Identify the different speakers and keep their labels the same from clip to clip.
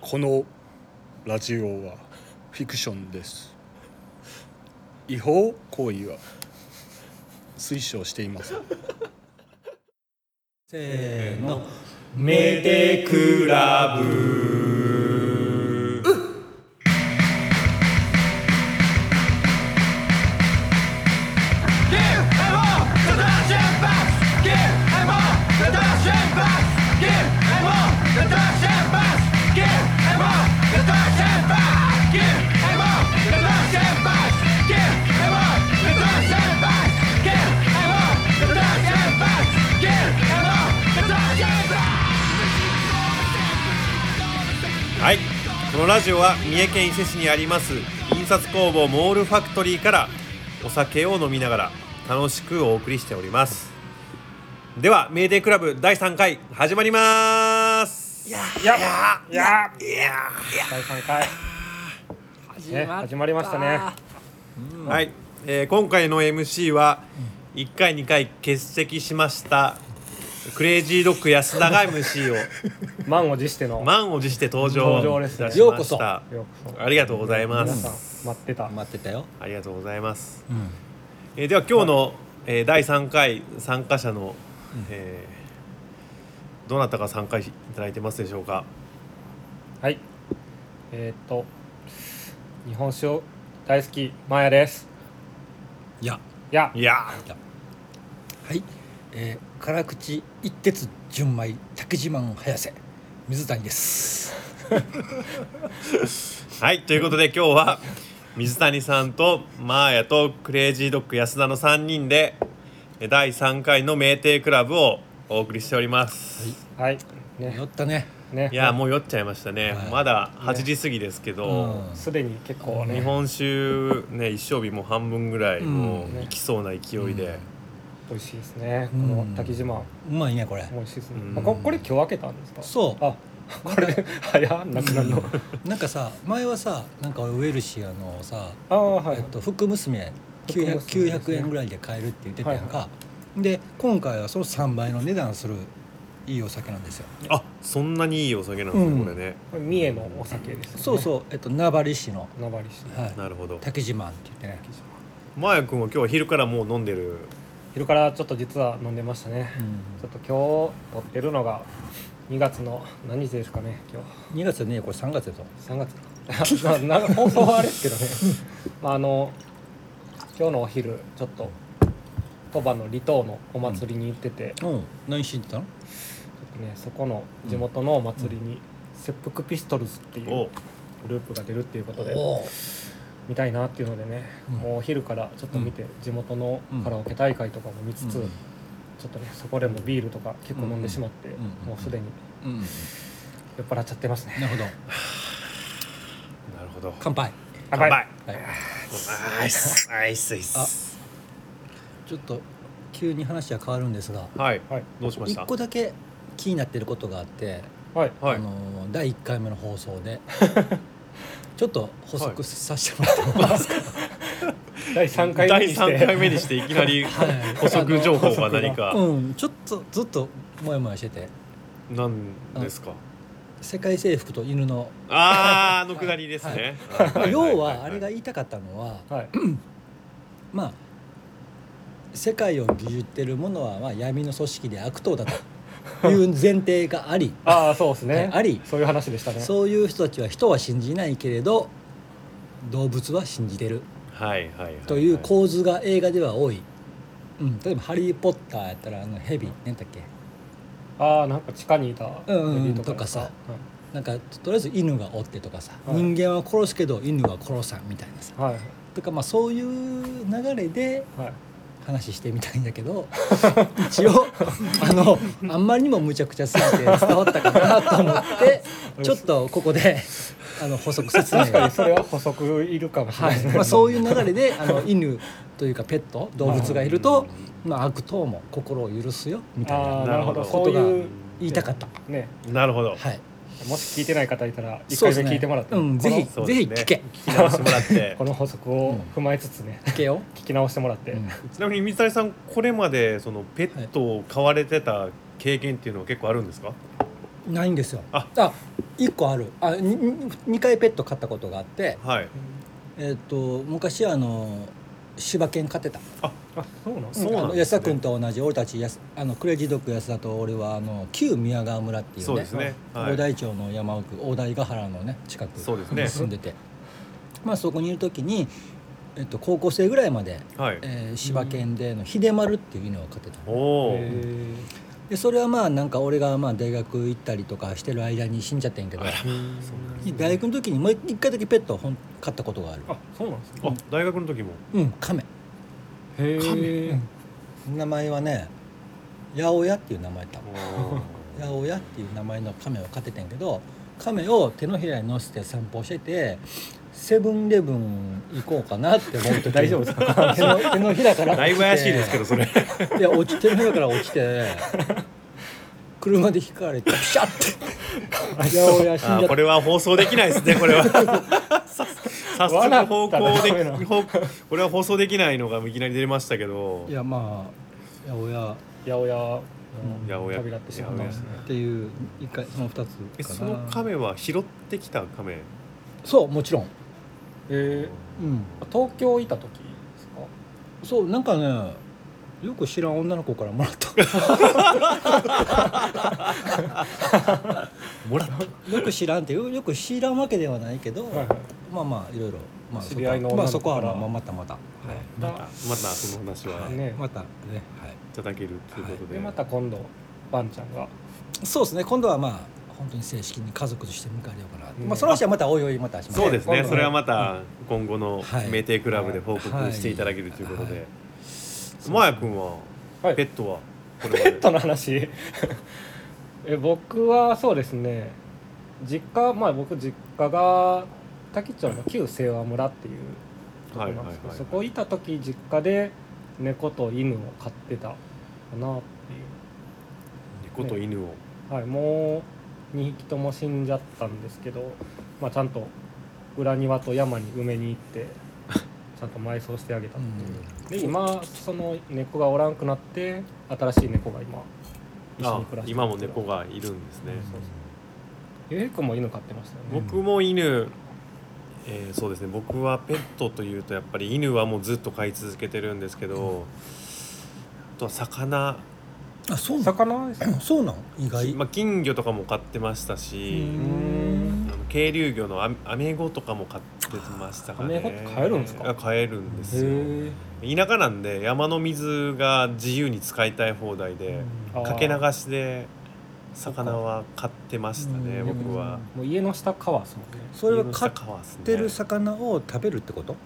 Speaker 1: このラジオはフィクションです違法行為は推奨していません
Speaker 2: せーのメテクラブ
Speaker 3: はいこのラジオは三重県伊勢市にあります印刷工房モールファクトリーからお酒を飲みながら楽しくお送りしておりますでは「メーデークラブ」第3回始まりますいや
Speaker 4: いやいやいや
Speaker 3: ー
Speaker 4: 第3回
Speaker 5: 始
Speaker 4: ね
Speaker 5: った
Speaker 4: 始まりましたね
Speaker 3: はい、えー今回の MC は1回2回欠席しましたクレイジードッグ安田が MC を
Speaker 4: 満を持しての
Speaker 3: 満を持して登場
Speaker 4: 登場
Speaker 3: い
Speaker 4: で
Speaker 3: たし
Speaker 4: すね
Speaker 3: ました
Speaker 2: ようこそ
Speaker 3: あ
Speaker 4: ようこそ
Speaker 3: りがとうございま
Speaker 4: 皆
Speaker 3: す
Speaker 4: さん待ってた
Speaker 2: 待ってたよ
Speaker 3: ありがとうございます。えーでは今日の、えー第3回参加者の、えーどなたか参加いただいてますでしょうか。
Speaker 4: はいえーっと日本酒大好きマヤです
Speaker 2: いや
Speaker 4: いや
Speaker 3: いや
Speaker 2: はい、えー、辛口一徹純米竹自慢早瀬水 谷です
Speaker 3: ーはいということで今日 は水谷さんとマーヤとクレイジードッグ安田の3人でえー第3回の名帝クラブをお送りしております。
Speaker 4: はいね
Speaker 2: 酔ったね
Speaker 4: ね
Speaker 3: い、やーもう酔っちゃいましたね。
Speaker 2: はい
Speaker 3: まだ8時過ぎですけ
Speaker 2: う
Speaker 3: ど。
Speaker 2: ん
Speaker 4: すでに結構ね
Speaker 3: 日本酒ね一生日もう半分ぐらいも
Speaker 2: うん
Speaker 3: ういきそうな勢いで、
Speaker 4: 美味しいですねこ
Speaker 2: うん
Speaker 4: の滝島
Speaker 2: うまいねこれ
Speaker 4: 美味しいですね
Speaker 3: うん
Speaker 4: まあここれ今日開けたんですか
Speaker 2: そう
Speaker 4: あこれ早っなくなるの
Speaker 2: なんかさ前はさなんか俺ウェルシアのさ、
Speaker 4: ああはい
Speaker 2: えっと、福娘 900,
Speaker 4: 福娘ですね
Speaker 2: 900円ぐらいで買えるって言ってたやんか、
Speaker 4: は
Speaker 2: で今回はその3倍の値段するいいお酒なんですよ
Speaker 3: あそんなにいいお酒なんですね、
Speaker 2: うん
Speaker 3: これね
Speaker 4: これ三重のお酒ですね
Speaker 2: そうそう、えっと、名張市の、
Speaker 4: 名張市の
Speaker 2: はい、
Speaker 3: なるほど
Speaker 2: 竹自慢って言ってね、
Speaker 3: マーヤ君は今日は昼からもう飲んでる
Speaker 4: 昼からちょっと実は飲んでましたねちょっと今日撮ってるのが2月の何日ですかね今
Speaker 2: 2月ねこれ3月やぞ
Speaker 4: 日3月かなな放送はあれですけどねまああの今日のお昼ちょっと鳥羽の離島のお祭りに行ってて、ちょ
Speaker 2: うん何しに行ったの
Speaker 4: っとね、そこの地元のお祭りに切腹ピストルズっていう
Speaker 3: お
Speaker 4: グループが出るっていうことで
Speaker 2: お
Speaker 4: 見たいなっていうのでね、
Speaker 2: うん
Speaker 4: もうお昼からちょっと見て、地元のカラオケ大会とかも見つつ、
Speaker 2: うん
Speaker 4: ちょっとねそこでもビールとか結構飲んでしまって、
Speaker 2: んうん
Speaker 4: もうすでに
Speaker 2: うん
Speaker 4: 酔っ払っちゃってますね。
Speaker 2: なるほど
Speaker 3: なるほど
Speaker 2: 乾杯
Speaker 4: 乾
Speaker 3: 乾
Speaker 4: 杯
Speaker 3: 杯
Speaker 2: はい
Speaker 3: アイスアイスアイス
Speaker 2: ちょっと急に話は変わるんですが
Speaker 3: はい、
Speaker 4: はい
Speaker 3: どうしました
Speaker 2: 1個だけ気になってることがあって、
Speaker 4: はい
Speaker 3: はい
Speaker 2: あのー第1回目の放送 でちょっと補足させてもらってもいいですか、
Speaker 4: 第3回目
Speaker 3: 第
Speaker 4: にして
Speaker 3: 3回目にしていきなり
Speaker 2: はい
Speaker 3: 補足情報が何か
Speaker 2: うんちょっとずっとモヤモヤしてて
Speaker 3: なんですか
Speaker 2: 世界征服と犬の
Speaker 3: あーあのくだりですね、いいい
Speaker 2: 要はあれが言いたかったのは
Speaker 4: はい
Speaker 2: まあ世界を牛耳ってるものはまあ闇の組織で悪党だという前提が あり
Speaker 4: ああそうです
Speaker 2: は
Speaker 4: ね
Speaker 2: いあり
Speaker 4: そういう話でしたね
Speaker 2: そういう人たちは人は信じないけれど動物は信じてる
Speaker 3: はいはいはいはい
Speaker 2: という構図が映画では多い、うん、例えば「ハリー・ポッター」やったらあのヘビ何だっけ
Speaker 4: ああなんか地下にいた
Speaker 2: うんうん
Speaker 4: レディ
Speaker 2: とかさなんかとりあえず犬が追ってとかさ、
Speaker 4: はい
Speaker 2: 人間は殺すけど犬は殺さんみたいなさ
Speaker 4: はいはい
Speaker 2: とかまあそういう流れで
Speaker 4: はい
Speaker 2: 話してみたいんだ けど一応あのあんまりにもむちゃくちゃすぎて伝わったかなと 思ってちょっとここであの補足説明
Speaker 4: 確か
Speaker 2: を
Speaker 4: にそれは補足いるかもしれ
Speaker 2: は
Speaker 4: ないです
Speaker 2: い
Speaker 4: ね
Speaker 2: まあ、そういう流れであの犬というかペット動物がいると、まあ、悪党も心を許すよみたい
Speaker 4: あ
Speaker 2: な
Speaker 4: あなるほど
Speaker 3: なるほ
Speaker 4: そう
Speaker 2: ど
Speaker 4: いう
Speaker 2: 言いたかった。
Speaker 4: ね
Speaker 3: なるほど、
Speaker 2: はい、
Speaker 4: もし聞いてない方いたら一
Speaker 2: そう
Speaker 4: 回
Speaker 2: で
Speaker 4: 目
Speaker 2: すね
Speaker 4: 聞いてもらって
Speaker 2: うん
Speaker 4: この
Speaker 2: ぜひ
Speaker 3: そうですね
Speaker 2: ぜひ聞け
Speaker 3: 聞き直してもらって
Speaker 4: この補足を踏まえつつね
Speaker 2: 聞けよ、
Speaker 4: 聞き直してもらって
Speaker 2: うん
Speaker 3: ちなみに水谷さんこれまでそのペットを飼われてた経験っていうのは結構あるんですか、
Speaker 2: ないんですよ
Speaker 3: あ
Speaker 2: あ一1個あるあにに2回ペット飼ったことがあって
Speaker 3: はい
Speaker 2: えっと昔あの柴犬飼ってた
Speaker 4: あそうなん
Speaker 3: そうなんですね
Speaker 2: あの安田君と同じ俺たちやすあのクレイジードッグ安田と俺はあの旧宮川村っていう
Speaker 3: そう
Speaker 2: ね
Speaker 3: ですねはい
Speaker 2: 大台町の山奥大台ヶ原のね近く
Speaker 3: そうですね
Speaker 2: に住んでて、まあそこにいる時に、えっと、高校生ぐらいまで、
Speaker 3: はい
Speaker 2: えー柴犬での秀丸っていう犬を飼ってた
Speaker 3: お
Speaker 2: の
Speaker 3: お
Speaker 4: へ
Speaker 3: ー
Speaker 2: でそれはまあなんか俺がまあ大学行ったりとかしてる間に死んじゃってんけど
Speaker 4: ーうん
Speaker 2: 大学の時にもう一回だけペットをほん飼ったことがある
Speaker 4: あそうなんですね
Speaker 3: あ大学の時も
Speaker 2: うん亀
Speaker 4: へえ
Speaker 2: 名前はね八百屋っていう名前だったの
Speaker 3: お
Speaker 2: 八百屋っていう名前の亀を飼ってたんやけど亀を手のひらに乗せて散歩しててセブンイレブン行こうかなって思う時
Speaker 4: 大丈夫です
Speaker 2: か手の手のひらか
Speaker 3: ー
Speaker 2: ら
Speaker 3: だいぶ怪しいですけどそれ
Speaker 2: どいや落ち手のひらから落ちて車で引かれてピシャって八百屋死ん
Speaker 3: あー
Speaker 2: じゃ
Speaker 3: こ
Speaker 2: っ
Speaker 3: れは放送できないですねこれはさ早
Speaker 4: 笑
Speaker 3: 速
Speaker 4: っ
Speaker 3: 方
Speaker 4: たら
Speaker 3: 向
Speaker 4: ダメな
Speaker 3: で方これは放送できないのがいきなり出ましたけど
Speaker 2: たいやまあ八百屋っ
Speaker 4: 八百屋
Speaker 3: 八百屋
Speaker 4: 旅立ってしまったんですね
Speaker 2: ていう一回その二つ
Speaker 3: え
Speaker 2: かな
Speaker 3: その亀は拾ってきた亀
Speaker 2: そうもちろん
Speaker 4: へえ
Speaker 2: うん
Speaker 4: 東京いた時ですか
Speaker 2: そうなんかねよく知らん女の子からもらった
Speaker 3: もらった
Speaker 2: よく知らんってよよく知らんわけではないけど、
Speaker 4: はいはい
Speaker 2: まあまあいろいろ、まあ、
Speaker 4: 知り合いの
Speaker 2: そこはまあ
Speaker 4: 女の子から
Speaker 2: そこはまあまたまた、はい
Speaker 3: またまたその話は
Speaker 4: ね
Speaker 2: またね、はい
Speaker 3: ただけるということで、
Speaker 4: でまた今度ワンちゃんが
Speaker 2: い、そうですね今度はまあ本当に正式に家族として迎えようかなって、
Speaker 4: うん
Speaker 2: まあ、その話はまたおいおいまたします
Speaker 3: そうです
Speaker 4: 今度
Speaker 3: ね
Speaker 4: ね
Speaker 3: それはまた今後の
Speaker 2: はい
Speaker 3: 名店クラブで報告していただけるということ
Speaker 2: は
Speaker 3: でまやくんは
Speaker 4: はい
Speaker 3: ペットはこれまで
Speaker 4: ペットの話え僕はそうですね実家まあ僕実家が滝町の旧清和村っていうところなんですけど
Speaker 3: はいはいはいはい
Speaker 4: そこいた時実家で猫と犬を飼ってたかなってい
Speaker 3: 猫と犬を
Speaker 4: う、はい、もう2匹とも死んじゃったんですけど、まあ、ちゃんと裏庭と山に埋めに行 ってちゃんと埋葬してあげたっていう、で今その猫がおらんくなって新しい猫が今一緒
Speaker 3: あ
Speaker 4: に暮らしてる
Speaker 3: 今も猫がいるんですね
Speaker 4: そうゆうへいくんも犬飼ってましたよね
Speaker 3: 僕も犬えーそうですね僕はペットというとやっぱり犬はもうずっと飼い続けてるんですけどあとは魚、
Speaker 2: あそうな
Speaker 4: 魚です
Speaker 2: のそうなの意外、
Speaker 3: まあ、金魚とかも飼ってましたし
Speaker 2: う
Speaker 3: あの渓流魚のアメアメゴとかも買ってましたかね
Speaker 4: アメゴって買えるんですか
Speaker 3: あ買えるんですよ
Speaker 4: へ
Speaker 3: 田舎なんで山の水が自由に使いたい放題で
Speaker 4: あー
Speaker 3: かけ流しで魚は買ってましたね
Speaker 2: うん
Speaker 3: 僕は
Speaker 4: もう家の下川ですもんね
Speaker 2: それは飼っ
Speaker 3: って
Speaker 2: てる魚を食べるってこと、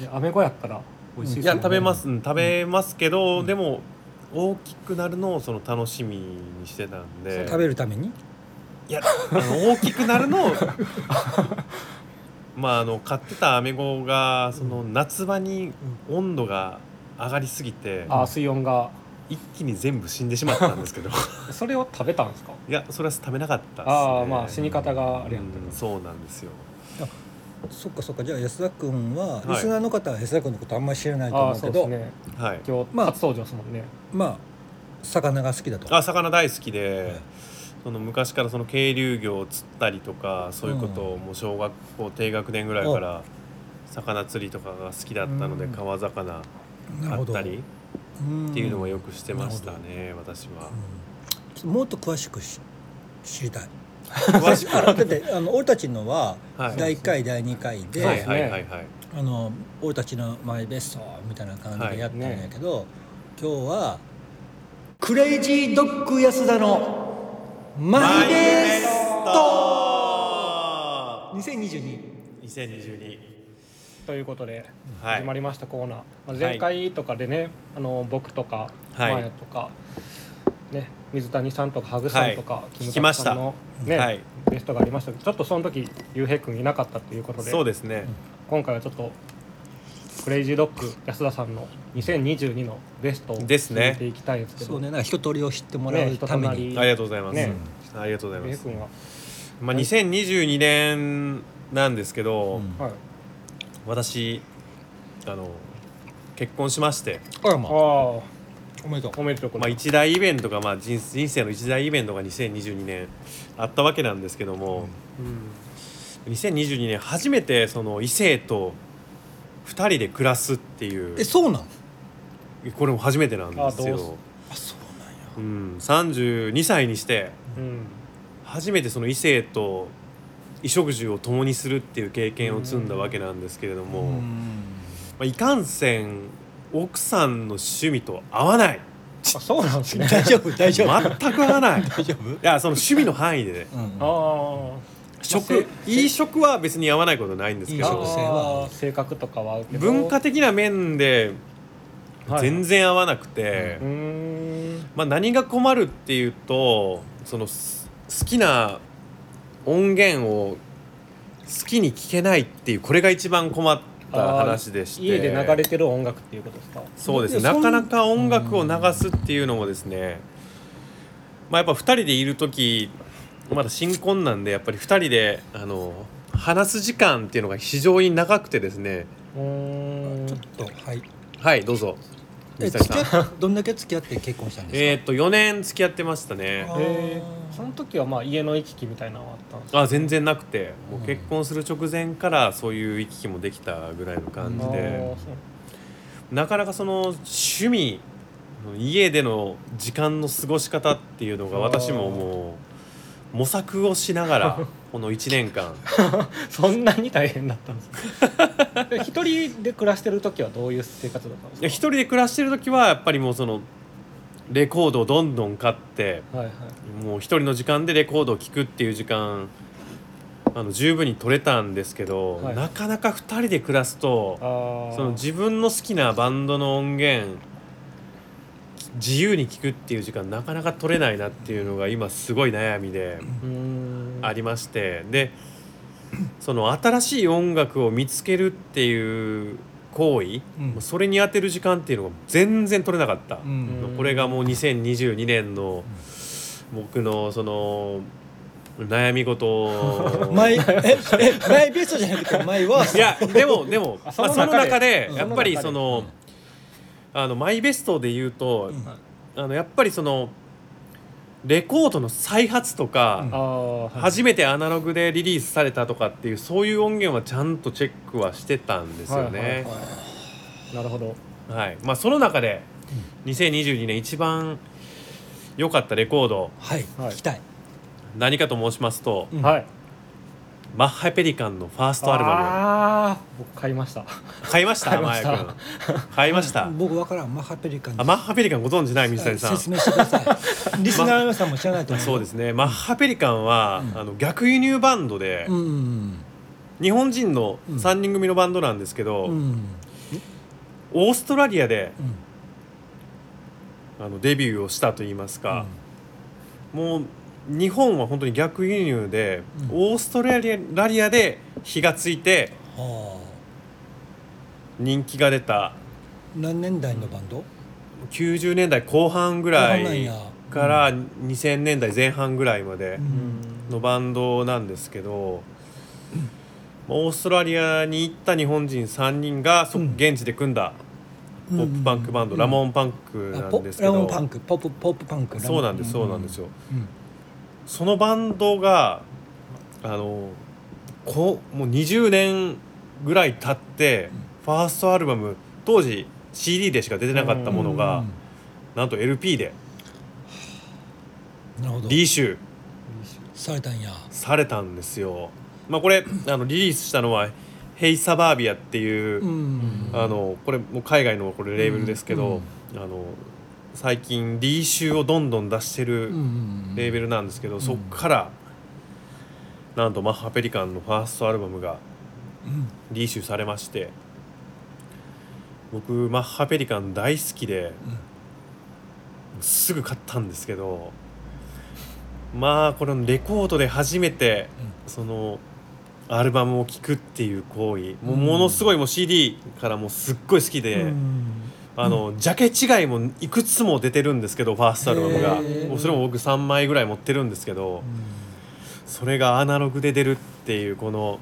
Speaker 4: でアメゴやったら美味しい
Speaker 3: い
Speaker 4: です
Speaker 3: や
Speaker 4: よね
Speaker 3: 食べますうん食べますけどでも大きくなるのをその楽しみにしてたんで
Speaker 2: 食べるために
Speaker 3: いやあの大きくなるのを まああの買ってたアメゴがその夏場に温度が上がりすぎて
Speaker 4: あー水温が
Speaker 3: 一気に全部死んでしまったんですけ どい
Speaker 4: それを食べたんですか
Speaker 3: やそれは食べなかったっすね
Speaker 4: ああまあ死に方があれや
Speaker 3: う
Speaker 4: った
Speaker 3: んそうなんですよ
Speaker 2: そっかそっかじゃあ安田君は、
Speaker 3: はい
Speaker 2: リスナーの方は安田君のことあんまり知らないと
Speaker 4: ああ
Speaker 2: 思
Speaker 4: ー
Speaker 2: う
Speaker 4: そ
Speaker 2: け
Speaker 4: うです
Speaker 2: ど、
Speaker 4: ね
Speaker 3: はい
Speaker 4: 今日
Speaker 2: まあ
Speaker 4: 初登場ですもんね
Speaker 2: まあ魚が好きだと
Speaker 3: あ魚大好きで
Speaker 2: はい
Speaker 3: その昔からその渓流魚を釣ったりとかそういうことをもう小学校低学年ぐらいから魚釣りとかが好きだったので
Speaker 2: うん
Speaker 3: 川魚
Speaker 2: なる
Speaker 3: あ
Speaker 2: ほ
Speaker 3: っ
Speaker 2: ど
Speaker 3: たりっていうのはよくしてました
Speaker 2: うん
Speaker 3: ね、私は。
Speaker 2: うんもっと詳しくし知りたい。
Speaker 3: 詳しく
Speaker 2: あだ ってあの俺たちのは
Speaker 3: はい
Speaker 2: 第1回第2回で、
Speaker 3: はいはいはいはい。
Speaker 2: あの俺たちのマイベストみたいな感じでやったんやけど、今日はクレイジードッグ安田のマイベスト
Speaker 3: ト
Speaker 2: 2022
Speaker 3: 2022
Speaker 4: ということで
Speaker 3: はい
Speaker 4: 始まりましたコーナー、まあ
Speaker 3: い
Speaker 4: 前回とかでね、あの僕とか
Speaker 3: はい
Speaker 4: マヤとか、ね、水谷さんとか羽生さんとか、
Speaker 3: はい
Speaker 4: キムタクさんの
Speaker 3: 聞きました
Speaker 4: ね
Speaker 3: はい
Speaker 4: ベストがありましたけどちょっとその時ゆうへい君いなかったということで
Speaker 3: そうですね。
Speaker 4: 今回はちょっとクレイジードッグ安田さんの2022のベストを
Speaker 3: ですね
Speaker 4: 聞いていきたいんですけど
Speaker 2: そうねなんか一通りを知ってもらうため
Speaker 4: ね人とな
Speaker 2: に、
Speaker 4: り
Speaker 3: ありがとうございます。
Speaker 4: ね
Speaker 3: ありがとうござ
Speaker 4: ゆう
Speaker 3: いま
Speaker 4: へい
Speaker 3: す。
Speaker 4: 君は、
Speaker 3: まあ2022年なんですけど、
Speaker 2: うん
Speaker 4: はい、
Speaker 3: 私あの結婚しまして、
Speaker 2: あらま
Speaker 4: あ
Speaker 2: おめでとう
Speaker 4: おめでとうご
Speaker 3: まあ、
Speaker 4: ざいます、
Speaker 3: 一大イベントが、まあ、人人生の一大イベントが2022年あったわけなんですけども、2022年初めてその異性と2人で暮らすっていう
Speaker 2: えそうなん
Speaker 3: これも初めてなんです
Speaker 4: あどうす
Speaker 3: よ、
Speaker 2: あそうなんや
Speaker 3: うん、32歳にして
Speaker 4: うんうん
Speaker 3: 初めてその異性と衣食住を共にするっていう経験を積んだわけなんですけれども、
Speaker 2: う
Speaker 3: ま
Speaker 2: ん
Speaker 3: あ、いかんせん奥さんの趣味と合わない
Speaker 4: あそうなんですね
Speaker 2: 大丈夫大丈
Speaker 3: 全く
Speaker 2: 夫
Speaker 3: 合わないい
Speaker 2: 大丈夫
Speaker 3: やその趣味の範囲でね
Speaker 2: うん
Speaker 4: ああ
Speaker 3: 食いい食は別に合わないことはないんですけ
Speaker 2: いい食
Speaker 3: ど
Speaker 2: 性は
Speaker 4: あー性格とかは合うけど
Speaker 3: 文化的な面で
Speaker 4: はい
Speaker 3: 全然合わなくて、
Speaker 4: うーん
Speaker 3: まあ、何が困るっていうとそのす好きな音源を好きに聴けないっていうこれが一番困った話でして
Speaker 4: 家で流れてる音楽っていうことですか
Speaker 3: そうです
Speaker 2: いや
Speaker 3: な
Speaker 2: そん
Speaker 3: かなか音楽を流すっていうのもですね、まあ、やっぱ2人でいる時まだ新婚なんでやっぱり2人であの話す時間っていうのが非常に長くてですね
Speaker 4: うーん
Speaker 2: ちょっとはい
Speaker 3: はいどうぞ
Speaker 2: え
Speaker 3: 水谷
Speaker 2: 付き
Speaker 3: さん
Speaker 2: 合っどんだけ付き合って結婚したん
Speaker 3: え
Speaker 2: です
Speaker 3: ーっと4年付き合ってましたね
Speaker 2: か
Speaker 4: え
Speaker 2: あー
Speaker 4: ーその時はまあ家の行き来みたいなのはあったんですか
Speaker 3: あ全然なくてもう結婚する直前からそういう行き来もできたぐらいの感じ
Speaker 4: あー
Speaker 3: で、
Speaker 4: そう
Speaker 3: なかなかその趣味家での時間の過ごし方っていうのが
Speaker 4: あー
Speaker 3: 私ももう模索をしながらこの1年間
Speaker 4: そんなに大変だったんです かで一人で暮らしてる時はどういう生活だったんです
Speaker 3: いや
Speaker 4: か
Speaker 3: 一人で暮らしてる時はやっぱりもうそのレコードをどんどん買って
Speaker 4: はいはい
Speaker 3: もう一人の時間でレコードを聴くっていう時間あの十分に取れたんですけど、
Speaker 4: はい
Speaker 3: なかなか2人で暮らすと
Speaker 4: あー
Speaker 3: その自分の好きなバンドの音源自由に聴くっていう時間なかなか取れないなっていうのが今すごい悩みで
Speaker 4: うーん
Speaker 3: ありましてでその新しい音楽を見つけるっていう行為、
Speaker 2: うん
Speaker 3: それに当てる時間っていうのが全然取れなかった、
Speaker 2: うん
Speaker 3: これがもう2022年の僕のその悩み 事
Speaker 2: マイええマイベストじゃなくてマイワース
Speaker 3: いやでもでもまあ
Speaker 4: あ
Speaker 3: そ
Speaker 4: そ
Speaker 3: の
Speaker 4: の中で
Speaker 3: 中で
Speaker 2: うん
Speaker 3: やっぱりそ
Speaker 4: そ
Speaker 3: のあのマイベストで言うと
Speaker 2: うん
Speaker 3: あのやっぱりそのレコードの再発と
Speaker 4: あ
Speaker 3: か
Speaker 4: あはい
Speaker 3: 初めてアナログでリリースされたとかっていうそういう音源はちゃんとチェックはしてたんですよ
Speaker 4: はいはい
Speaker 3: ね
Speaker 4: は。いなるほど
Speaker 3: はいまあその中で2022年一番良かったレコード
Speaker 2: はい
Speaker 4: はい
Speaker 2: 聞きたい
Speaker 3: 何かと申しますと
Speaker 2: うん
Speaker 4: はい
Speaker 3: マッハ・ペリカンのファーストアルバ
Speaker 4: ああ僕買いました
Speaker 3: ム買いました
Speaker 4: 買いま
Speaker 3: マ
Speaker 4: し
Speaker 3: ヤ
Speaker 4: た
Speaker 3: 君買いました
Speaker 2: 僕わからんマッハペリカンです
Speaker 3: あマッハ・ペリカンご存知ない水谷さん
Speaker 2: 説明してくださ いリスナーの皆さんも知らないと思う
Speaker 3: そうですねマッハ・ペリカンは、
Speaker 2: うん
Speaker 3: あの逆輸入バンドで、
Speaker 2: うん
Speaker 3: 日本人の
Speaker 2: うん
Speaker 3: 3人組のバンドなんですけど、
Speaker 2: うんうん
Speaker 3: オーストラリアであのデビューをしたといいますか、もう日本は本当に逆輸入で、
Speaker 2: うん
Speaker 3: オーストラリアで火がついて
Speaker 2: は
Speaker 3: 人気が出た
Speaker 2: あ何年代のバンド
Speaker 3: 90年代後半ぐ
Speaker 2: あ
Speaker 3: ら
Speaker 2: なん
Speaker 3: い
Speaker 2: や
Speaker 3: から2000年代前半ぐらいまで。
Speaker 2: うん
Speaker 3: のバンドなんですけど、まあオーストラリアに行った日本人3人がそ
Speaker 2: うん
Speaker 3: 現地で組んだポップパンクバンド、
Speaker 2: うん
Speaker 3: ラモンパンク
Speaker 2: あ
Speaker 3: なん
Speaker 2: ポ
Speaker 3: ですけ
Speaker 2: ラモン
Speaker 3: ど
Speaker 2: パンクポップポップパンク
Speaker 3: そうなんです
Speaker 2: ラ
Speaker 3: そ
Speaker 2: モ
Speaker 3: う
Speaker 2: ンパ
Speaker 3: な
Speaker 2: ン
Speaker 3: ん
Speaker 2: ク
Speaker 3: ですよ、
Speaker 2: うん
Speaker 3: そのバンドがあのこもう20年ぐらい経って、ファーストアルバム当時 CD でしか出てなかったものが、なんと LP で
Speaker 2: うんなるほど
Speaker 3: リーシュー
Speaker 2: されたんや
Speaker 3: されたんですよ。まあ、これあのリリースしたのは「ヘイ・サバービア」っていう、
Speaker 2: うん
Speaker 3: あのこれもう海外のこれレーベルですけど、あの最近 D 集をどんどん出してるレーベ
Speaker 2: ル
Speaker 3: ルなんですけど、そっからなんとマッハ・ペリカンのファーストアルバムが D 集されまして僕マッハ・ペリカン大好きで、すぐ買ったんですけどまあこのレコードで初めて、そのアルバムを聴くっていう行為もう
Speaker 2: うん
Speaker 3: ものすごいもう CD からもうすっごい好きで。あのジャケ違いもいくつも出てるんですけどファーストアルバムが
Speaker 2: へー
Speaker 3: もうそれも僕3枚ぐらい持ってるんですけどそれがアナログで出るっていうこの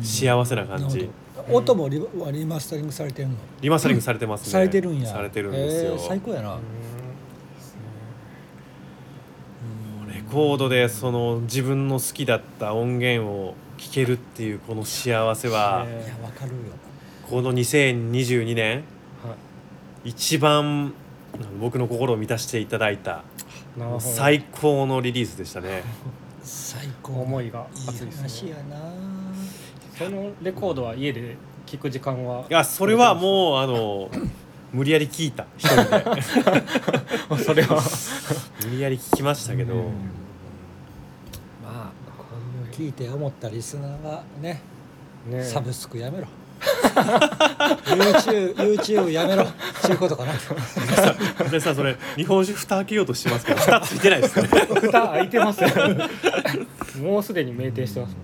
Speaker 3: 幸せな感じ
Speaker 2: なる音もリバリマスタリングされてるの
Speaker 3: リマスタリングされてますね、
Speaker 2: されてるんや
Speaker 3: されてるんですよ、
Speaker 2: えー最高やな、
Speaker 3: レコードでその自分の好きだった音源を聴けるっていうこの幸せは、
Speaker 2: いやわかるよ
Speaker 3: この2022年
Speaker 4: は
Speaker 3: 一番僕の心を満たしていただいた
Speaker 4: いなるほど
Speaker 3: 最高のリリースでしたね。
Speaker 2: 最高
Speaker 4: 思いが
Speaker 2: い
Speaker 4: 熱い
Speaker 2: い
Speaker 4: です
Speaker 2: 話
Speaker 4: ね
Speaker 2: やな
Speaker 4: そのレコードは家で聞く時間はい
Speaker 3: やそれはもうあの無理やり聞いた一人で
Speaker 4: それは
Speaker 3: 無理やり聞きましたけど、
Speaker 2: まあこういう聞いて思ったリスナーはね
Speaker 4: ね
Speaker 2: サブスクやめろ YouTube, YouTube やめろそういうことかな
Speaker 3: 皆さんそれ日本酒蓋開けようとしてますけど蓋ついてないですね
Speaker 4: 蓋開いてますよもうすでに酩酊してます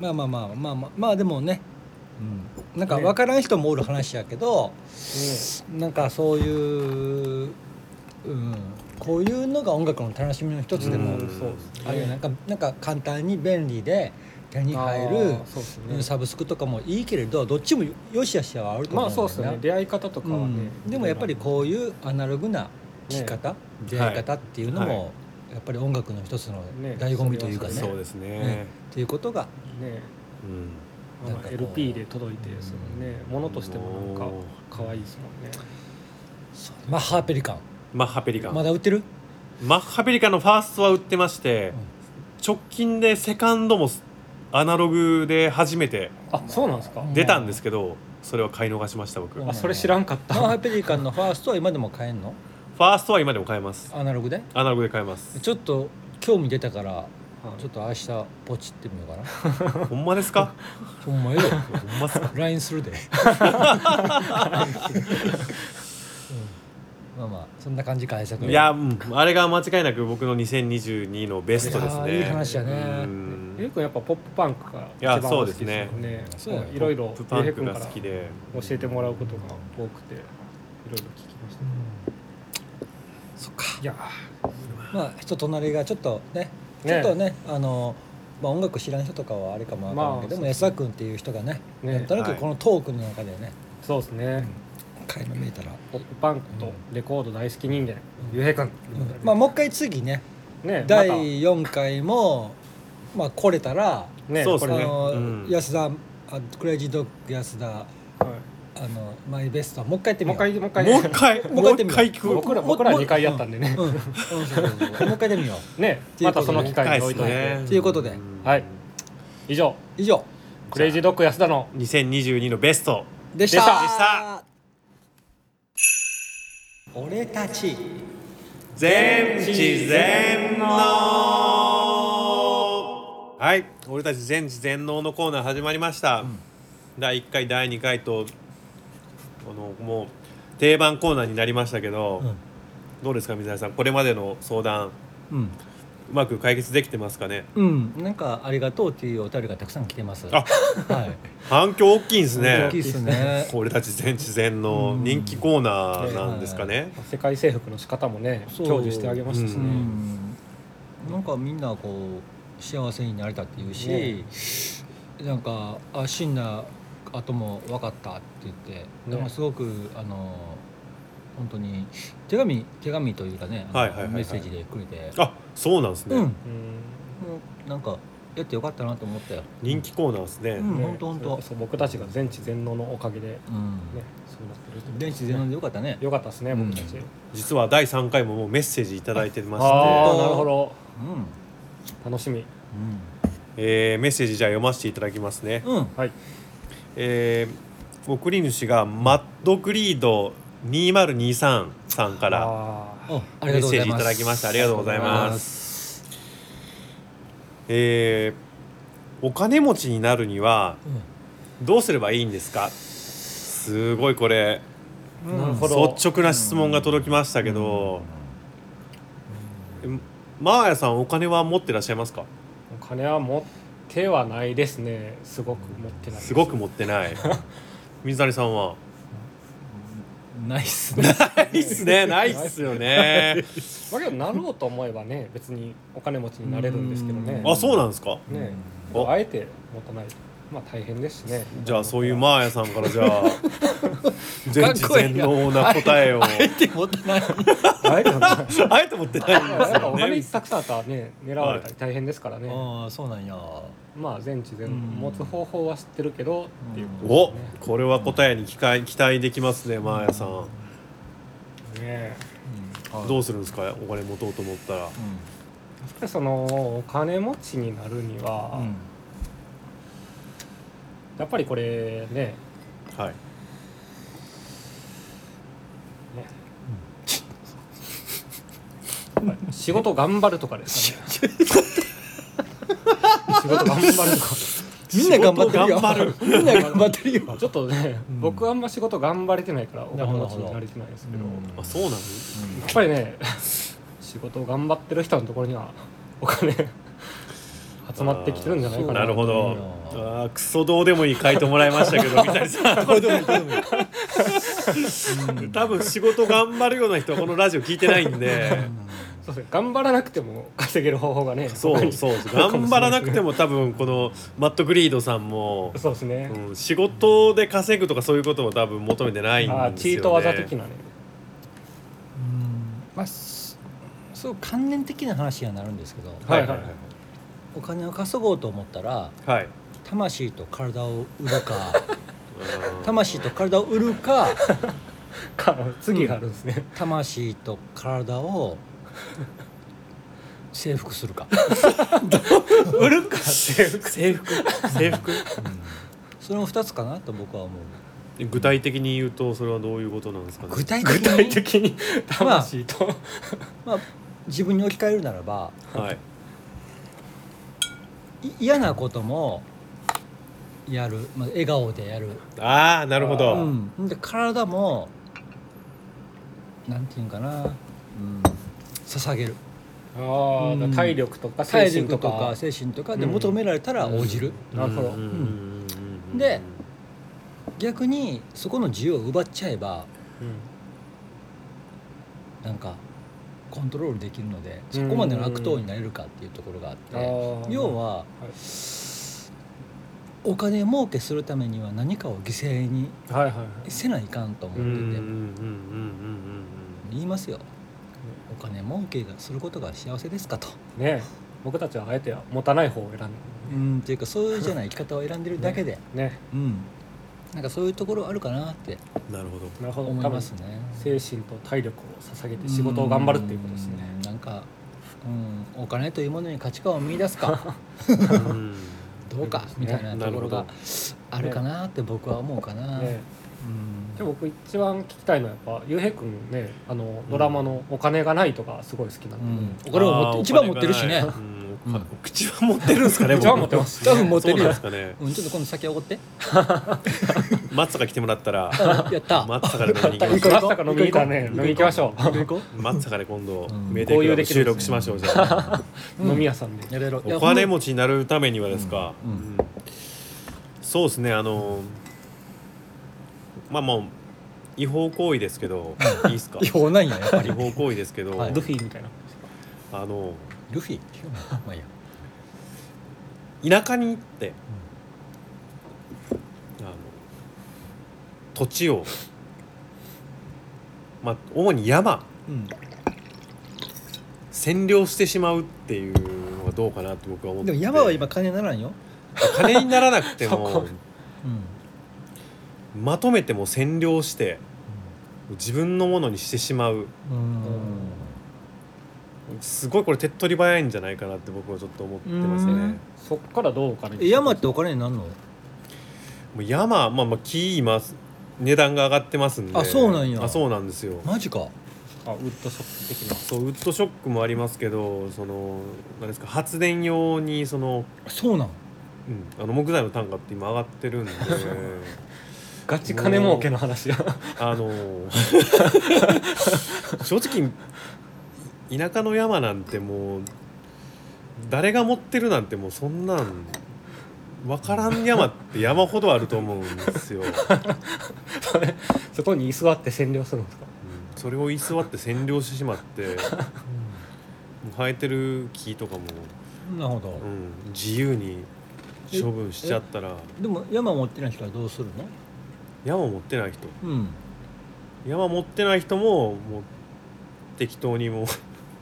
Speaker 2: まあまあまあまあまあまあでもね、うん、なんか分からん人もおる話やけど、なんかそういう、うん、こういうのが音楽の楽しみの一つでも、
Speaker 3: うん
Speaker 4: そうです
Speaker 2: あるいはなんかなんか簡単に便利で手に入
Speaker 4: あ
Speaker 2: る
Speaker 4: ーそうです
Speaker 2: うん
Speaker 4: ね
Speaker 2: サブスクとかもいいけれどどっちもよしあしはあると思
Speaker 4: ま
Speaker 2: う
Speaker 4: あ
Speaker 2: んだ
Speaker 4: そ
Speaker 2: よ
Speaker 4: うですね出会い方とかはね、
Speaker 2: うん、でもやっぱりこういうアナログな聴き方、出会い方っていうのも、
Speaker 3: は
Speaker 2: やっぱり音楽の一つの
Speaker 4: ね
Speaker 2: 醍醐味というかね
Speaker 3: そうですね
Speaker 2: ねっていうことが
Speaker 4: ね
Speaker 3: うん
Speaker 4: なん
Speaker 2: なんか
Speaker 4: か
Speaker 2: こう
Speaker 4: LP で届いてそのねものとしてもなんか
Speaker 3: もう
Speaker 4: 可愛いですもんね
Speaker 2: マッハーペリカン
Speaker 3: マッハペリカン、
Speaker 2: まだ 売ってる
Speaker 3: マッハペリカンのファーストは売ってまして、直近でセカンドもアナログで初めて
Speaker 4: あそうなんですか、
Speaker 3: 出たんですけど、それは買い逃しました僕、
Speaker 2: うん
Speaker 3: フ
Speaker 4: あそれ知らんかっ
Speaker 2: マッハ
Speaker 4: た
Speaker 2: ーペリカンのファーストは今でも買えんの
Speaker 3: ァーストは今でも買えます
Speaker 2: アナログで
Speaker 3: アナログで買えます
Speaker 2: ちょっと興味出たからちょっと明日ポチってみようかな
Speaker 3: ほんまですか
Speaker 2: ほんま よ
Speaker 3: ほんまっす か
Speaker 2: LINE す るで、うんまあまあそんな感じか愛作
Speaker 3: いや、うん、あれが間違いなく僕の2022のベストです
Speaker 2: い
Speaker 3: ね
Speaker 2: やーいい話やね
Speaker 3: うん
Speaker 4: ゆうくんやっぱポップパンクが一
Speaker 3: いや
Speaker 4: 番お好きですよね
Speaker 3: そう
Speaker 2: すね
Speaker 4: まあ
Speaker 2: そう
Speaker 4: いろい
Speaker 3: ポ
Speaker 4: ろ
Speaker 3: ップパ
Speaker 4: ゆうへ
Speaker 3: ン
Speaker 4: いく
Speaker 3: ク
Speaker 4: んか
Speaker 3: が
Speaker 4: ら
Speaker 3: 好き
Speaker 4: 教
Speaker 3: で
Speaker 4: えてもらうことが多くていろいろ聞きました、
Speaker 2: そっか
Speaker 4: いや
Speaker 2: まあ人となりがちょっとね
Speaker 4: ね
Speaker 2: ちょっとねあの、まあ、音楽知らん人とかはあれかもわからん
Speaker 4: ま
Speaker 2: けど、
Speaker 4: あ
Speaker 2: でも安田君っていう人がね
Speaker 4: ね
Speaker 2: なんとな
Speaker 3: は
Speaker 2: く
Speaker 3: い
Speaker 2: このトークの中でね
Speaker 4: ーそうですね、
Speaker 2: 垣間見えたら、
Speaker 4: ポップパンクとレコード大好き人間、ゆうへいくん、
Speaker 2: うんまあもう一回次ね
Speaker 4: ね
Speaker 2: 第
Speaker 4: また
Speaker 2: 4回もまあ来れたら、
Speaker 4: ね
Speaker 3: そうっ
Speaker 2: あ
Speaker 3: すね
Speaker 4: これは
Speaker 2: の
Speaker 3: うん
Speaker 2: 安田あクレイジードッグ安田あのマイベストはもう一回やって
Speaker 4: い
Speaker 2: み
Speaker 4: もう
Speaker 2: よ
Speaker 4: 一
Speaker 2: う
Speaker 4: 回もう一
Speaker 3: もう一回も
Speaker 4: 回
Speaker 2: もう一回やっ
Speaker 3: う
Speaker 2: て
Speaker 3: 一
Speaker 2: みよう
Speaker 3: 回聞く
Speaker 4: 僕ら僕ら2回やったんでね、
Speaker 2: うん、うんそうそうそうもう一回やってみよ う
Speaker 4: ね
Speaker 2: ていう
Speaker 4: また
Speaker 2: こと
Speaker 4: そ
Speaker 2: で
Speaker 4: の機会に置いといて、
Speaker 3: ね
Speaker 2: ということで
Speaker 3: ん
Speaker 4: はい以上
Speaker 2: 以上
Speaker 4: クレイジードッグ安田の
Speaker 3: 2022のベスト
Speaker 2: でした
Speaker 4: でした
Speaker 3: でした
Speaker 2: 俺たち
Speaker 3: 全知全能はい俺たち全知全能のコーナー始まりました、第1回第2回とこのもう定番コーナーになりましたけど、
Speaker 2: ん
Speaker 3: どうですか水谷さんこれまでの相談
Speaker 2: うん
Speaker 3: うまく解決できてますかね
Speaker 2: うん、なんかありがとうっていうお便りがたくさん来てます。
Speaker 3: あ
Speaker 2: はい。
Speaker 3: 反響大きいんです
Speaker 2: 大
Speaker 3: ね
Speaker 2: きいですね。
Speaker 3: 俺たち全知全能人気コーナーなんですかね、
Speaker 4: 世界征服の仕方もね
Speaker 2: そう
Speaker 4: 享受してあげましたし
Speaker 2: う
Speaker 4: ね、
Speaker 2: ん。なんかみんなこう幸せになれたっていうし、なんかあ死んだ後も分かったって言って、なんかすごくあの本当に手紙手紙というかね、あの
Speaker 3: はいはいはいはい
Speaker 2: メッセージでくれて、
Speaker 3: あそうなんですね、
Speaker 2: うん、
Speaker 4: うん
Speaker 2: もうなんかやってよかったなと思ったよ。
Speaker 3: 人気コーナーですね、
Speaker 2: うん
Speaker 4: ね
Speaker 2: ほんとほんと
Speaker 4: それこそ僕たちが全知全能のおかげで、ね、
Speaker 2: うん。
Speaker 4: そうなってると
Speaker 2: 電子全能でよかったね。
Speaker 4: よかったですね僕たち、
Speaker 2: うん
Speaker 3: 実は第3回ももうメッセージ頂いただいてま
Speaker 4: あ
Speaker 3: し
Speaker 4: あ
Speaker 2: ね
Speaker 4: なるほど
Speaker 2: う
Speaker 4: 楽しみ
Speaker 2: ん。
Speaker 3: て、えーメッセージじゃあ読ませていただきますね、
Speaker 2: うん。うん。
Speaker 4: はい
Speaker 3: えー送り主がマッドグリード2023さんから
Speaker 4: あ
Speaker 2: ああ
Speaker 3: メ
Speaker 2: りが
Speaker 3: ッ
Speaker 2: とうご
Speaker 3: セージい
Speaker 2: ざいます。
Speaker 3: ただきましたありがとうございますえーお金持ちになるにはどうすればいいんですかすごいこれ
Speaker 4: あなるほど
Speaker 3: 率直な質問が届きましたけど、えマーヤさんお金は持ってらっしゃいますか
Speaker 4: お金は持ってはないですねすごく持ってない
Speaker 3: すごく持って ない水谷さんは
Speaker 2: ナイスね。
Speaker 3: ないっすね ないっすよね
Speaker 4: まあけどなろうと思えばね別にお金持ちになれるんですけどね
Speaker 2: うん
Speaker 3: あそうなんですか
Speaker 4: ね
Speaker 3: お
Speaker 4: あえて持たないまあ大変ですしね
Speaker 3: じゃあそういうマーヤさんからじゃ あ全知全能な答えをあ え
Speaker 2: 手持ってない
Speaker 4: あえてなんか
Speaker 3: て持ってないんです
Speaker 4: やっぱ
Speaker 3: よ
Speaker 4: お金
Speaker 3: ね
Speaker 4: たくさんあったらね狙われたり大変ですからね、
Speaker 2: ああそうなんや
Speaker 4: まあ全知全能
Speaker 2: うん
Speaker 4: 持つ方法は知ってるけどっていうこと
Speaker 3: おこれは答えに期待期待できますねマーヤさん
Speaker 4: ですね
Speaker 3: どう
Speaker 2: す
Speaker 3: するんですかお金持とうと思ったら
Speaker 4: やっぱりそのお金持ちになるには、やっぱりこれね
Speaker 3: はい
Speaker 4: ね、やっぱり 仕事頑張るとかですかね 仕事頑張るとか
Speaker 6: みんな頑張ってるよ
Speaker 3: 仕事頑張る
Speaker 6: みんな頑張ってる よ
Speaker 4: ちょっとね、
Speaker 2: うん
Speaker 4: 僕はあんま仕事頑張れてないからお
Speaker 2: なる
Speaker 4: 金
Speaker 2: ほ
Speaker 4: 持
Speaker 2: ど
Speaker 4: ちになれてないですけど
Speaker 3: あそうなの
Speaker 4: やっぱりね仕事を頑張ってる人のところにはお金 集まってきてるんじゃないかな
Speaker 3: なるほど
Speaker 2: う
Speaker 3: あークソどうでもいい回答もらいましたけど三谷 さん
Speaker 2: これでもいいこれでもいい
Speaker 3: 多分仕事頑張るような人はこのラジオ聞いてないんで
Speaker 4: そうですね頑張らなくても稼げる方法がね
Speaker 3: そ
Speaker 4: 他
Speaker 3: う
Speaker 4: に
Speaker 3: そうそう頑張らなくても多分このマット・グリードさんも、
Speaker 4: そうですね、
Speaker 3: うん、仕事で稼ぐとかそういうことも多分求めてないんですよ、
Speaker 4: あ
Speaker 3: ね
Speaker 4: あ、チート技的なね
Speaker 2: うんまあすそう関連的な話にはなるんですけど
Speaker 3: はいはいはい
Speaker 2: お金を稼ごうと思ったら
Speaker 3: はい
Speaker 2: 魂と体を売るか
Speaker 3: うん
Speaker 2: 魂と体を売るか
Speaker 4: か次があるんですね、
Speaker 2: 魂と体を征服するか
Speaker 4: 売るかっていう
Speaker 2: 征服
Speaker 3: 制服
Speaker 2: それも2つかなと僕は思う
Speaker 3: 具体的に言うとそれはどういうことなんですかね
Speaker 2: 具体的
Speaker 4: 具
Speaker 2: に
Speaker 4: 体的に魂と、
Speaker 2: まあ、自分に置き換えるならば
Speaker 3: はい
Speaker 2: い嫌なこともやる、まあ、笑顔でやる、
Speaker 3: ああなるほ
Speaker 4: あ
Speaker 2: う
Speaker 3: ど、
Speaker 2: ん、で体もなんていうんかな、うん、捧げる
Speaker 4: ああだから体力とか精
Speaker 2: 体
Speaker 4: 神
Speaker 2: 力
Speaker 4: と
Speaker 2: と
Speaker 4: か
Speaker 2: か精神とかで
Speaker 4: うん
Speaker 2: 求められたら応じる、
Speaker 4: なるほど
Speaker 3: うんうんうんうん
Speaker 2: で逆にそこの自由を奪っちゃえばなんかコントロールできるのでそこまでの悪党になれるかっていうところがあって、要は、お金儲けするためには何かを犠牲に
Speaker 4: はいはいはい
Speaker 2: せないかんと思
Speaker 3: うんうんうんうん
Speaker 2: ってて、
Speaker 3: うん
Speaker 2: 言いますよお金儲けがすることが幸せですかと
Speaker 4: ね僕たちはあえて持たない方を選んで
Speaker 2: うんっていうかそういうじゃない生き方を選んでるだけで、
Speaker 4: ね
Speaker 2: うんなんかそういうところあるかなって
Speaker 3: うんなるほど
Speaker 4: なるほど
Speaker 2: 思い
Speaker 4: 多
Speaker 2: ま
Speaker 4: 分
Speaker 2: すね
Speaker 4: 精神と体力を捧げて仕事を頑張るっていうことですね
Speaker 2: うんなんか、うん、お金というものに価値観を見出すか
Speaker 3: うん
Speaker 2: どうかみたいなと
Speaker 3: な
Speaker 2: ころ
Speaker 3: る
Speaker 2: が
Speaker 3: ほ
Speaker 2: あるかなって僕は思うかな、
Speaker 4: ね
Speaker 2: うん
Speaker 4: で僕一番聞きたいのはやっぱゆうへいくんねあのドラマの「お金がない」とかすごい好きな
Speaker 2: うんん
Speaker 4: で、
Speaker 2: お金を持って一番持ってるしね
Speaker 3: あーお金がないうん
Speaker 2: うん
Speaker 3: 口は持ってるんですかね
Speaker 4: 一番持ってます
Speaker 2: 多分持ってるよ
Speaker 3: そうなんですかね
Speaker 2: うん、ちょっと今度酒おごって
Speaker 3: 松坂来てもらったら
Speaker 2: やった
Speaker 3: 松坂で飲みに行き ましょ
Speaker 4: まさか飲みに行ったらね飲みに行きましょ
Speaker 2: 行こ
Speaker 3: う松坂で今度
Speaker 2: うん
Speaker 3: メーテルク
Speaker 4: 交流
Speaker 3: ラ
Speaker 4: で
Speaker 3: ブ
Speaker 4: きる
Speaker 3: 収録しましょうじゃ あ
Speaker 4: う飲み屋さんで
Speaker 2: うやれろ
Speaker 3: お金
Speaker 2: も
Speaker 3: 持ちになるためにはですか
Speaker 2: うんうん
Speaker 3: うんそうですねあのまあもう違法行為ですけどいいです か
Speaker 2: 違法なんややっぱり
Speaker 3: 違法行為ですけど
Speaker 2: はい
Speaker 4: ルフィみたいな
Speaker 3: あの
Speaker 2: ルフィまあいいや
Speaker 3: 田舎に行って、あの土地を、まあ、主に山
Speaker 2: うん
Speaker 3: 占領してしまうっていうのはどうかなって僕は思って
Speaker 2: でも山は今金ならんよ、
Speaker 3: 金にならなくて
Speaker 4: そ
Speaker 3: も
Speaker 4: こ
Speaker 2: うん
Speaker 3: まとめても占領して自分のものにしてしまう
Speaker 2: うん
Speaker 3: すごいこれ手っ取り早いんじゃないかなって僕はちょっと思ってますね。
Speaker 2: うん
Speaker 4: そっからどうお金
Speaker 2: え山ってお金になるの
Speaker 3: もう山、まあ、まあ木今値段が上がってますんで
Speaker 2: あそうなんや
Speaker 3: あそうなんですよ。
Speaker 2: マジか
Speaker 4: あウッドショップ的な
Speaker 3: そうウッドショックもありますけどその何ですか発電用にその、
Speaker 2: そうなん
Speaker 3: うん、あの木材の単価って今上がって るんで
Speaker 4: ガチ金儲けの話だ
Speaker 3: あの正直田舎の山なんてもう誰が持ってるなんてもうそんなん分からん山って山ほどあると思うんですよ。
Speaker 4: そこに居座って占領するんですか
Speaker 3: うんそれを居座って占領してしまって、もう生えてる木とかも、
Speaker 2: なるほど
Speaker 3: うん、自由に処分しちゃったら
Speaker 2: でも山持ってない人はどうするの
Speaker 3: 山持ってない人
Speaker 2: うん
Speaker 3: 山持ってない人ももう適当にもう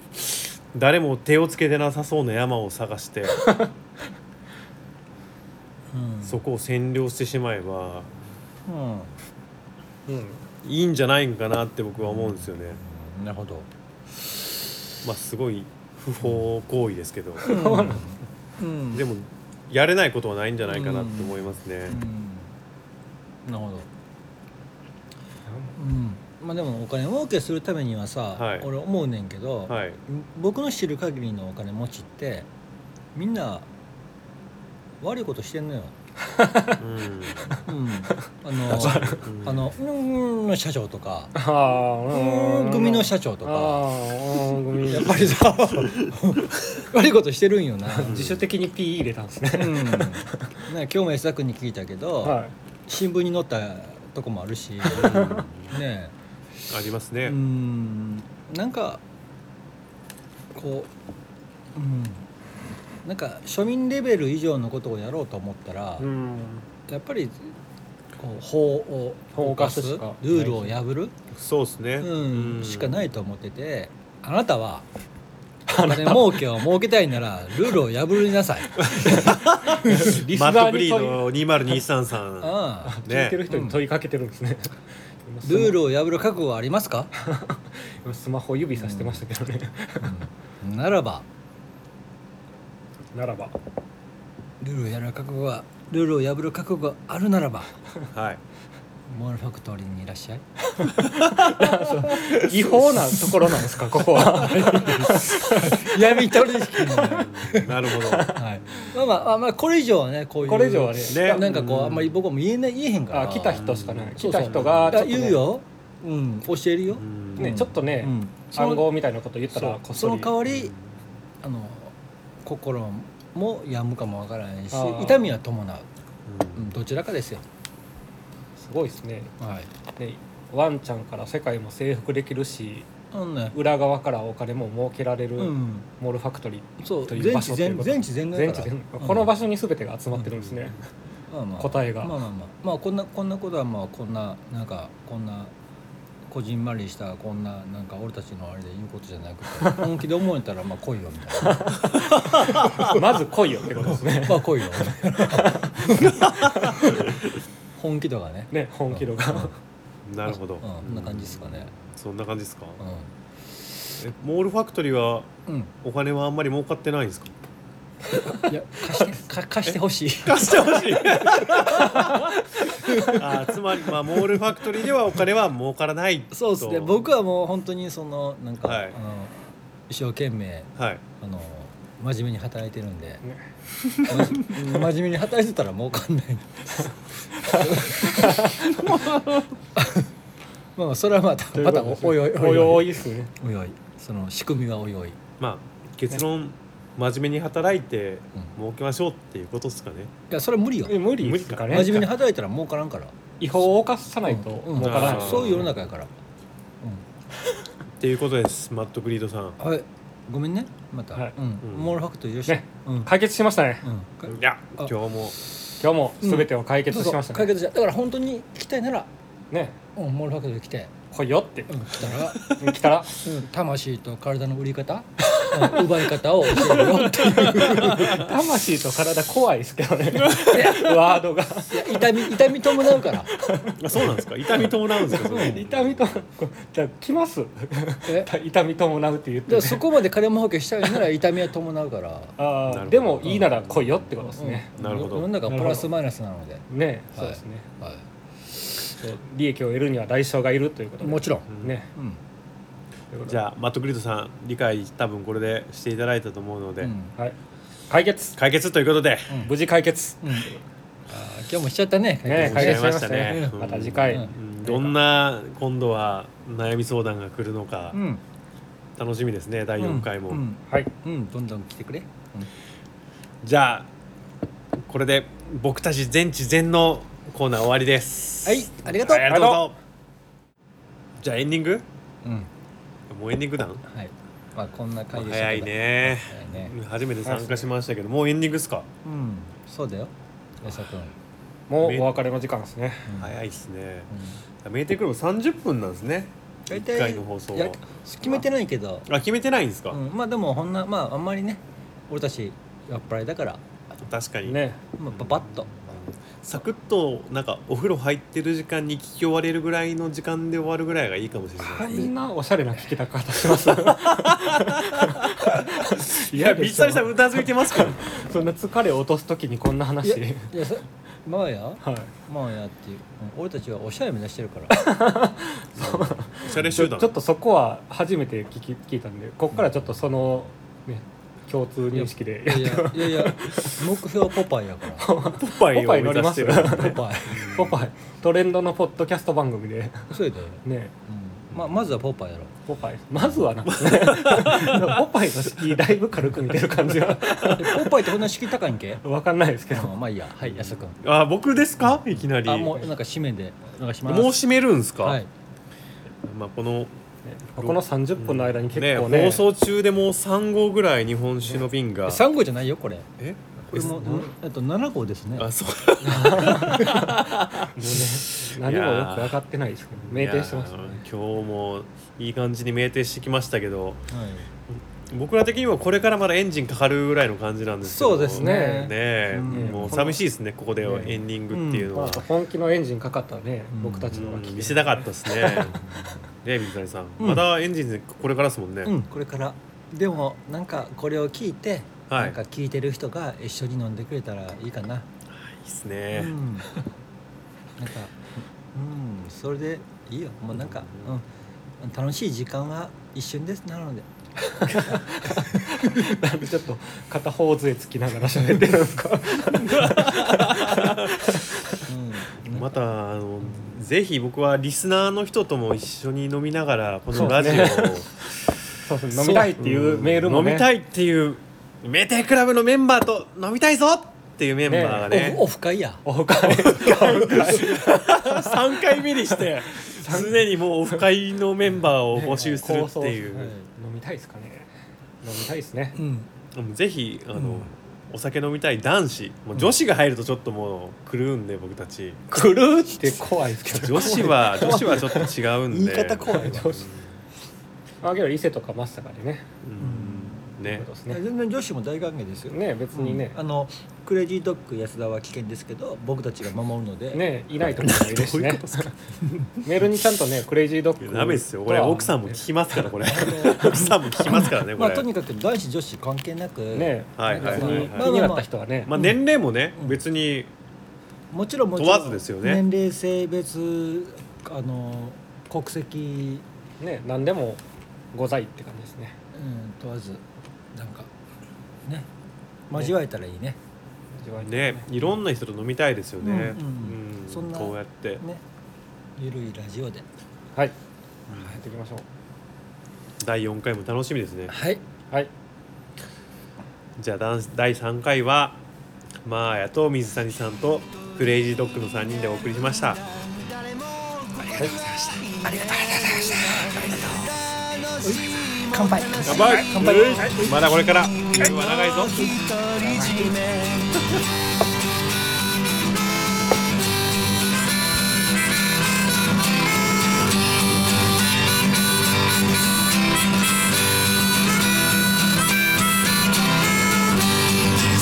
Speaker 3: 誰も手をつけてなさそうな山を探して
Speaker 2: うん
Speaker 3: そこを占領してしまえば
Speaker 2: うん
Speaker 3: いいんじゃないんかなって僕は思うんですよね。
Speaker 2: うんなるほど
Speaker 3: まあすごい不法行為ですけど、
Speaker 2: うん
Speaker 3: でもやれないことはないんじゃないかなって思いますね
Speaker 2: う。んなるほど、うん、まあでもお金儲けするためにはさ、
Speaker 3: はい
Speaker 2: 俺思うねんけど、
Speaker 3: はい。
Speaker 2: 僕の知る限りのお金持ちってみんな悪いことしてんのよ、
Speaker 3: うん
Speaker 2: うん、あ のあ、のうーんの社長とか
Speaker 4: あ
Speaker 2: う
Speaker 4: ー
Speaker 2: ーん組の社長と
Speaker 4: と
Speaker 2: か
Speaker 4: あーうん組
Speaker 2: やっぱりさ 悪いことしてるんよな、
Speaker 4: 自主的に P 入れたんですね
Speaker 2: うん、ね今日も安田君に聞いたけど、
Speaker 4: は
Speaker 2: 新聞に載ったとこもあるし、ね
Speaker 3: あります
Speaker 2: えう
Speaker 3: ね。
Speaker 2: んなんかこう、うん、なんか庶民レベル以上のことをやろうと思ったら、
Speaker 4: いうん
Speaker 2: やっぱりこう法を
Speaker 4: 法を
Speaker 2: 犯
Speaker 4: 犯
Speaker 2: す
Speaker 4: す
Speaker 2: ル
Speaker 4: しか
Speaker 2: ールを破る、
Speaker 3: そうですね。。
Speaker 2: うん、しかないいと思っててあなたはお金儲けを儲けたいならルールを破りな さい。
Speaker 4: リス
Speaker 3: マット
Speaker 4: ナー
Speaker 3: ブリー
Speaker 4: に問い
Speaker 3: ド20233さん。
Speaker 2: うん
Speaker 4: 聞いてる人に問いかけてるんですね
Speaker 2: ルールを破る覚悟はありますか、
Speaker 4: 今スマホ指さしてましたけどね
Speaker 2: ならば
Speaker 4: ならば
Speaker 2: ルールをやる覚悟はルールを破る覚悟があるならば
Speaker 3: はい。
Speaker 2: モールファクトリーにいらっしゃい
Speaker 4: 違法なところなんですかここは
Speaker 2: 闇取引の、
Speaker 3: なるほど。ね
Speaker 2: はい、まあまあまあまあこれ以上はねこういう
Speaker 4: これ以上はね
Speaker 2: なんかこうあんまり僕はもう言えない言えへんから
Speaker 4: あ来た人しかない
Speaker 2: そ
Speaker 4: 来
Speaker 2: うそう
Speaker 4: た人が
Speaker 2: だ
Speaker 4: ちょっ
Speaker 2: から
Speaker 4: とね
Speaker 2: 言うよ、うん、教えるよ、
Speaker 3: うん
Speaker 4: ねちょっと
Speaker 2: う
Speaker 4: ね
Speaker 2: ん、
Speaker 4: 暗号みたいなこと言った
Speaker 2: そ
Speaker 4: ら
Speaker 2: の
Speaker 4: こっ
Speaker 2: そ
Speaker 4: そ
Speaker 2: の
Speaker 4: り
Speaker 2: 代わりあの心も病むかもわからないし
Speaker 4: あー
Speaker 2: 痛みは伴う、
Speaker 3: う
Speaker 2: うんん、どちらかですよ、
Speaker 4: すごいですね
Speaker 2: はい、
Speaker 4: ねワンちゃんから世界も征服できるし
Speaker 2: あのね、
Speaker 4: 裏側からお金も儲けられる
Speaker 2: うん、
Speaker 4: モールファクトリー
Speaker 2: そう
Speaker 4: という
Speaker 2: 全
Speaker 4: 場
Speaker 2: 知
Speaker 4: 所という
Speaker 2: 全
Speaker 4: こと
Speaker 2: 全知全能
Speaker 4: 全
Speaker 2: だ
Speaker 4: 知
Speaker 2: から
Speaker 4: 全能
Speaker 2: うん
Speaker 4: この場所に全てが集まってるんですね、
Speaker 2: まあまあ
Speaker 4: 答えが
Speaker 2: まあまあまあまあこんなこんなことはまあこんななんかこんなこじんまりしたこんななんか俺たちのあれで言うことじゃなくて本気で思えたらまあ来いよみたいな
Speaker 4: まず来いよってことですね
Speaker 2: まあ来いよ本気度がね
Speaker 4: ね本気度が
Speaker 3: なるほど。
Speaker 2: うんこんな感じですかね
Speaker 3: そんな感じですか。
Speaker 2: う
Speaker 3: えモールファクトリーは
Speaker 2: ん、うん、
Speaker 3: お金はあんまり儲かってないんですか。
Speaker 2: いや貸してか 貸してほしい
Speaker 3: 貸してほ しい。あーつまりまあモールファクトリーではお金は儲からないと。
Speaker 2: そうですね僕はもう本当にそのなんか、
Speaker 3: はい
Speaker 2: あの一生懸命
Speaker 3: はい。
Speaker 2: あの真面目に働いてるんで、
Speaker 4: ね
Speaker 2: まじ真面目に働いてたら儲かんないまあまあそれはまたまたおいおいお
Speaker 4: お
Speaker 2: い
Speaker 4: い
Speaker 2: お
Speaker 4: お
Speaker 2: い
Speaker 4: いですね
Speaker 2: おいおいその仕組みはおいおい
Speaker 3: まあ結論真面目に働いて儲けましょうっていうことですかね。
Speaker 2: いやそれは無理よ
Speaker 4: え無理ですかね
Speaker 2: 真面目に働いたら儲からんから
Speaker 4: 違法を犯さないと
Speaker 2: うん
Speaker 4: 儲からない、
Speaker 3: あー
Speaker 2: そういう世の中やから、
Speaker 3: っていうことですマットグリードさん。
Speaker 2: うん、はいごめんねまた、
Speaker 4: はい
Speaker 2: うん
Speaker 3: うん
Speaker 2: モールファクトよろしい、
Speaker 4: ね
Speaker 2: うん
Speaker 4: 解決しましたね
Speaker 2: うんか
Speaker 3: いや
Speaker 2: あ
Speaker 3: 今日も
Speaker 4: 今日も全てを解決しまし
Speaker 2: そ
Speaker 4: た
Speaker 2: うそう解
Speaker 4: ね,、
Speaker 2: 決しただから本当に来たいなら、
Speaker 4: ね
Speaker 2: うん、モールファクトで来て、
Speaker 4: 来いよって
Speaker 2: うん、来 たら
Speaker 4: 来たら
Speaker 2: うん魂と体の売り方、うん奪い方を教え るよっていう
Speaker 4: 魂と体怖いですけどね ワードが
Speaker 2: いや痛み痛み伴うから
Speaker 3: あそうなんですか痛み伴うんですかそ れ。
Speaker 4: 痛みとじゃあ来ます
Speaker 2: え
Speaker 4: 痛み伴うって言っ
Speaker 2: だか
Speaker 4: て、
Speaker 2: ら
Speaker 4: ね、
Speaker 2: そこまで金儲けしたいなら痛みは伴うから
Speaker 4: あ
Speaker 3: なるほ
Speaker 4: ー
Speaker 3: ど
Speaker 4: でもいいなら来いよってことですね、
Speaker 2: うん
Speaker 3: なるほど
Speaker 2: 世の中プラスマイナスなので
Speaker 4: ね
Speaker 2: はい
Speaker 4: そうですね、
Speaker 2: はい
Speaker 4: そう利益を得るには代償がいるということで
Speaker 2: もちろん、
Speaker 3: ん
Speaker 4: ね
Speaker 2: うん
Speaker 3: じゃあマットグリードさん理解多分これでしていただいたと思うので、
Speaker 2: うん
Speaker 4: はい解決
Speaker 3: 解決ということで、
Speaker 4: 無事解決
Speaker 2: うんあー今日もしちゃったね
Speaker 4: ね
Speaker 3: 解
Speaker 4: 解
Speaker 3: 決し
Speaker 4: 決し
Speaker 3: ま
Speaker 4: ま
Speaker 3: し
Speaker 4: したた
Speaker 3: ね
Speaker 4: ね
Speaker 3: うん
Speaker 4: また次回、
Speaker 2: うん
Speaker 3: うんどんな今度は悩み相談が来るのか
Speaker 2: うん
Speaker 3: 楽しみですね第4回も、
Speaker 2: うん
Speaker 4: はい
Speaker 2: うんうんどんどん来てくれ、
Speaker 3: じゃあこれで僕たち全知全能コーナー終わりです
Speaker 2: はいありがとう
Speaker 3: ありがとうじゃあエンディング
Speaker 2: うんうん
Speaker 3: もうエンディングだん
Speaker 2: はいまあこんな会でしたけど
Speaker 3: 早いね
Speaker 2: 早いね
Speaker 3: 初めて参加しましたけどもうエンディングですか
Speaker 2: うんそうだよ安田君、
Speaker 4: もうお別れの時間ですね
Speaker 2: うん
Speaker 3: 早いですね
Speaker 2: う
Speaker 3: メーテクラブ30分なんですね
Speaker 2: 大
Speaker 3: 1
Speaker 2: 体
Speaker 3: 回の放送
Speaker 2: いや
Speaker 3: は
Speaker 2: 決めてないけど、
Speaker 3: あ決めてないんですか、
Speaker 2: うん、まあでもほんなまああんまりね俺たちやっぱりだから、
Speaker 3: 確かに
Speaker 4: ね
Speaker 2: まあ、パパッと、
Speaker 3: サクッとなんかお風呂入ってる時間に聞き終われるぐらいの時間で終わるぐらいがいいかもしれない
Speaker 4: みんなおしゃれな聞き方します
Speaker 3: い
Speaker 4: い
Speaker 3: や
Speaker 4: や
Speaker 3: ビッサリさんうなずいてますから
Speaker 4: そんな疲れを落とす時にこんな話
Speaker 2: いやいやそマーヤ
Speaker 4: はい
Speaker 2: マーヤっていう、うん俺たちはおしゃれ目指してるから
Speaker 3: おしゃれ
Speaker 4: ち
Speaker 3: 集
Speaker 4: ょちょ
Speaker 3: 団
Speaker 4: っとそこは初めて聞き聞いたんでここからちょっとその、ね、共通認識で
Speaker 2: いやいやいや目標はポパイやからポ
Speaker 3: ポパイ
Speaker 4: ポパ
Speaker 3: を目
Speaker 4: イ乗り
Speaker 3: 指
Speaker 4: ま
Speaker 3: し
Speaker 4: す
Speaker 3: て
Speaker 4: よ
Speaker 3: る
Speaker 2: パイ
Speaker 4: ポパイトレンドのポッドキャスト番組で
Speaker 2: そうだよ、
Speaker 4: ね
Speaker 2: うん、まあまずはポパイやろ
Speaker 4: ポパイまずは なんですねポパイの敷居だいぶ軽く見てる感じが
Speaker 2: えポパイってこんな敷居高いんけ
Speaker 4: わかんないですけど
Speaker 2: うんまあいいやはい安田君
Speaker 3: あ僕ですかいきなり
Speaker 2: あもうなんか締めでお願いします
Speaker 3: もう締めるんですか、
Speaker 2: はい
Speaker 3: まあ、この、
Speaker 4: この30分の間に結
Speaker 3: ね
Speaker 4: 構ね
Speaker 3: 放送中でもう3号ぐらい日本酒の瓶が、
Speaker 2: 三号じゃないよこれ
Speaker 3: え
Speaker 2: これもえっと七号ですね
Speaker 3: あそう
Speaker 4: 何もよく分かってないですけど酩酊してました
Speaker 3: い
Speaker 4: ね
Speaker 3: やー今日もいい感じに酩酊してきましたけど
Speaker 2: はい
Speaker 3: 僕ら的にはこれからまだエンジンかかるぐらいの感じなんですけど
Speaker 2: そうですね
Speaker 3: ねえ、
Speaker 2: うん
Speaker 3: もう寂しいですねここで
Speaker 4: ね
Speaker 3: エンディングっていうの
Speaker 4: ま
Speaker 3: は、
Speaker 4: あ本気のエンジンかかったらね、
Speaker 2: うん
Speaker 4: 僕たちの
Speaker 3: う
Speaker 4: 方が
Speaker 3: ん
Speaker 4: 聞
Speaker 3: 見せたかったたですねね水谷さん、
Speaker 2: うん
Speaker 3: まだエンジンこれからですもんね、
Speaker 2: うんこれからでもなんかこれを聞いて
Speaker 3: は
Speaker 2: ないんか聞いてる人が一緒に飲んでくれたらいいかな、
Speaker 3: いいです
Speaker 2: う
Speaker 3: ね、
Speaker 2: ん なんかうんそれでいいよもうなんか、うん、楽しい時間は一瞬ですなので
Speaker 4: ちょっと片方杖つきながら喋ってるんですか
Speaker 2: うん
Speaker 3: またあのぜひ僕はリスナーの人とも一緒に飲みながらこのラジオを、
Speaker 4: そうですね飲みたいっていうメールもね
Speaker 3: 飲みたいっていうメテクラブのメンバーと飲みたいぞっていうメンバーがね
Speaker 2: オフオフ会や
Speaker 4: お他に
Speaker 3: 3回目にしてすでにもうオフ会のメンバーを募集するってい、
Speaker 2: はいう
Speaker 4: 飲みたいですかね飲みたいですね
Speaker 2: うん
Speaker 3: うんぜひあの、
Speaker 2: うん
Speaker 3: お酒飲みたい男子もう女子が入るとちょっともう狂うんで僕たち
Speaker 4: 狂うって怖いですけど
Speaker 3: 女子は女子はちょっと違うん
Speaker 2: 言い
Speaker 3: で
Speaker 2: 方怖いわ
Speaker 4: 女子あけど伊勢とか松坂でね
Speaker 3: うんね
Speaker 4: そうですね
Speaker 2: 全然女子も大歓迎ですよ
Speaker 4: ね別にね
Speaker 2: うんあのクレイジードッグ安田は危険ですけど僕たちが守るので、
Speaker 4: ねいない時もいる
Speaker 3: ど
Speaker 4: し
Speaker 3: ういう
Speaker 4: ね
Speaker 3: ことですか
Speaker 4: メールにちゃんとねクレイジードッグ
Speaker 3: ダメですよこれ奥さんも聞きますからこれ 奥さんも聞きますからねこ
Speaker 2: まあ
Speaker 3: れ、
Speaker 2: とにかく男子女子関係なく、
Speaker 4: ね
Speaker 3: はいはい
Speaker 4: 別
Speaker 3: はい
Speaker 4: に
Speaker 3: はい
Speaker 4: 気になった人はね
Speaker 3: まあ年齢もね、
Speaker 2: うん
Speaker 3: 別に
Speaker 2: もちろんもちろん
Speaker 3: 問わずですよね
Speaker 2: 年齢性別あの国籍、
Speaker 4: ね何でもございって感じですね
Speaker 2: うん、問わずなんかね交えたらいいね
Speaker 3: ねいろんな人と飲みたいですよね、
Speaker 2: うんうん
Speaker 3: うん
Speaker 2: そんな
Speaker 3: こうやって
Speaker 2: ねゆるいラジオで
Speaker 4: はい入っていきましょ
Speaker 3: 第4回も楽しみですね
Speaker 2: はい、
Speaker 4: うはい
Speaker 3: じゃあだん第3回はマーヤと水谷さんとクレイジードッグの3人でお送りしました
Speaker 7: 乾杯
Speaker 3: 乾杯乾杯、うんまだこれから夜は長いぞ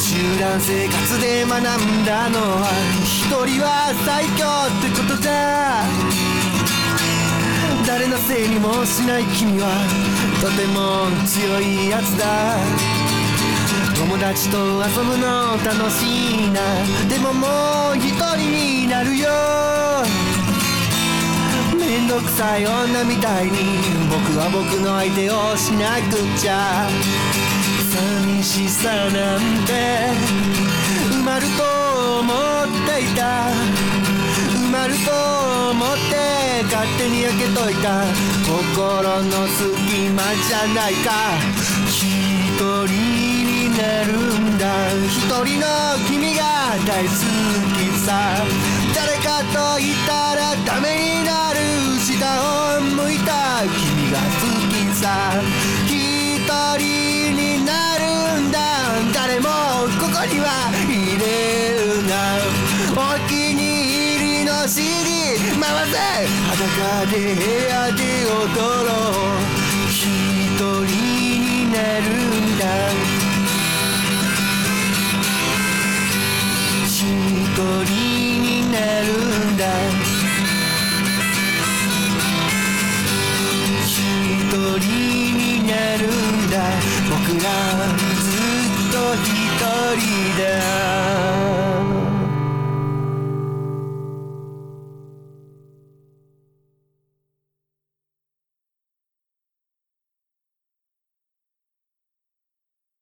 Speaker 7: 集団生活で学んだのは一人は最強ってことだ誰のせいにもしない君はとても強いやつだ友達と遊ぶの楽しいなでももう一人になるよめんどくさい女みたいに僕は僕の相手をしなくちゃ寂しさなんて埋まると思っていた埋まると思って勝手に開けといた心の隙間じゃないか一人になるんだ一人の君が大好きさ誰かといたらダメになる下を向いた君が好きさ一人になるんだ誰もここには入れるなお気に入りの CD 回せ裸で部屋で踊ろう一人になるんだ一人になるんだ一人になるんだ僕らずっと一人だ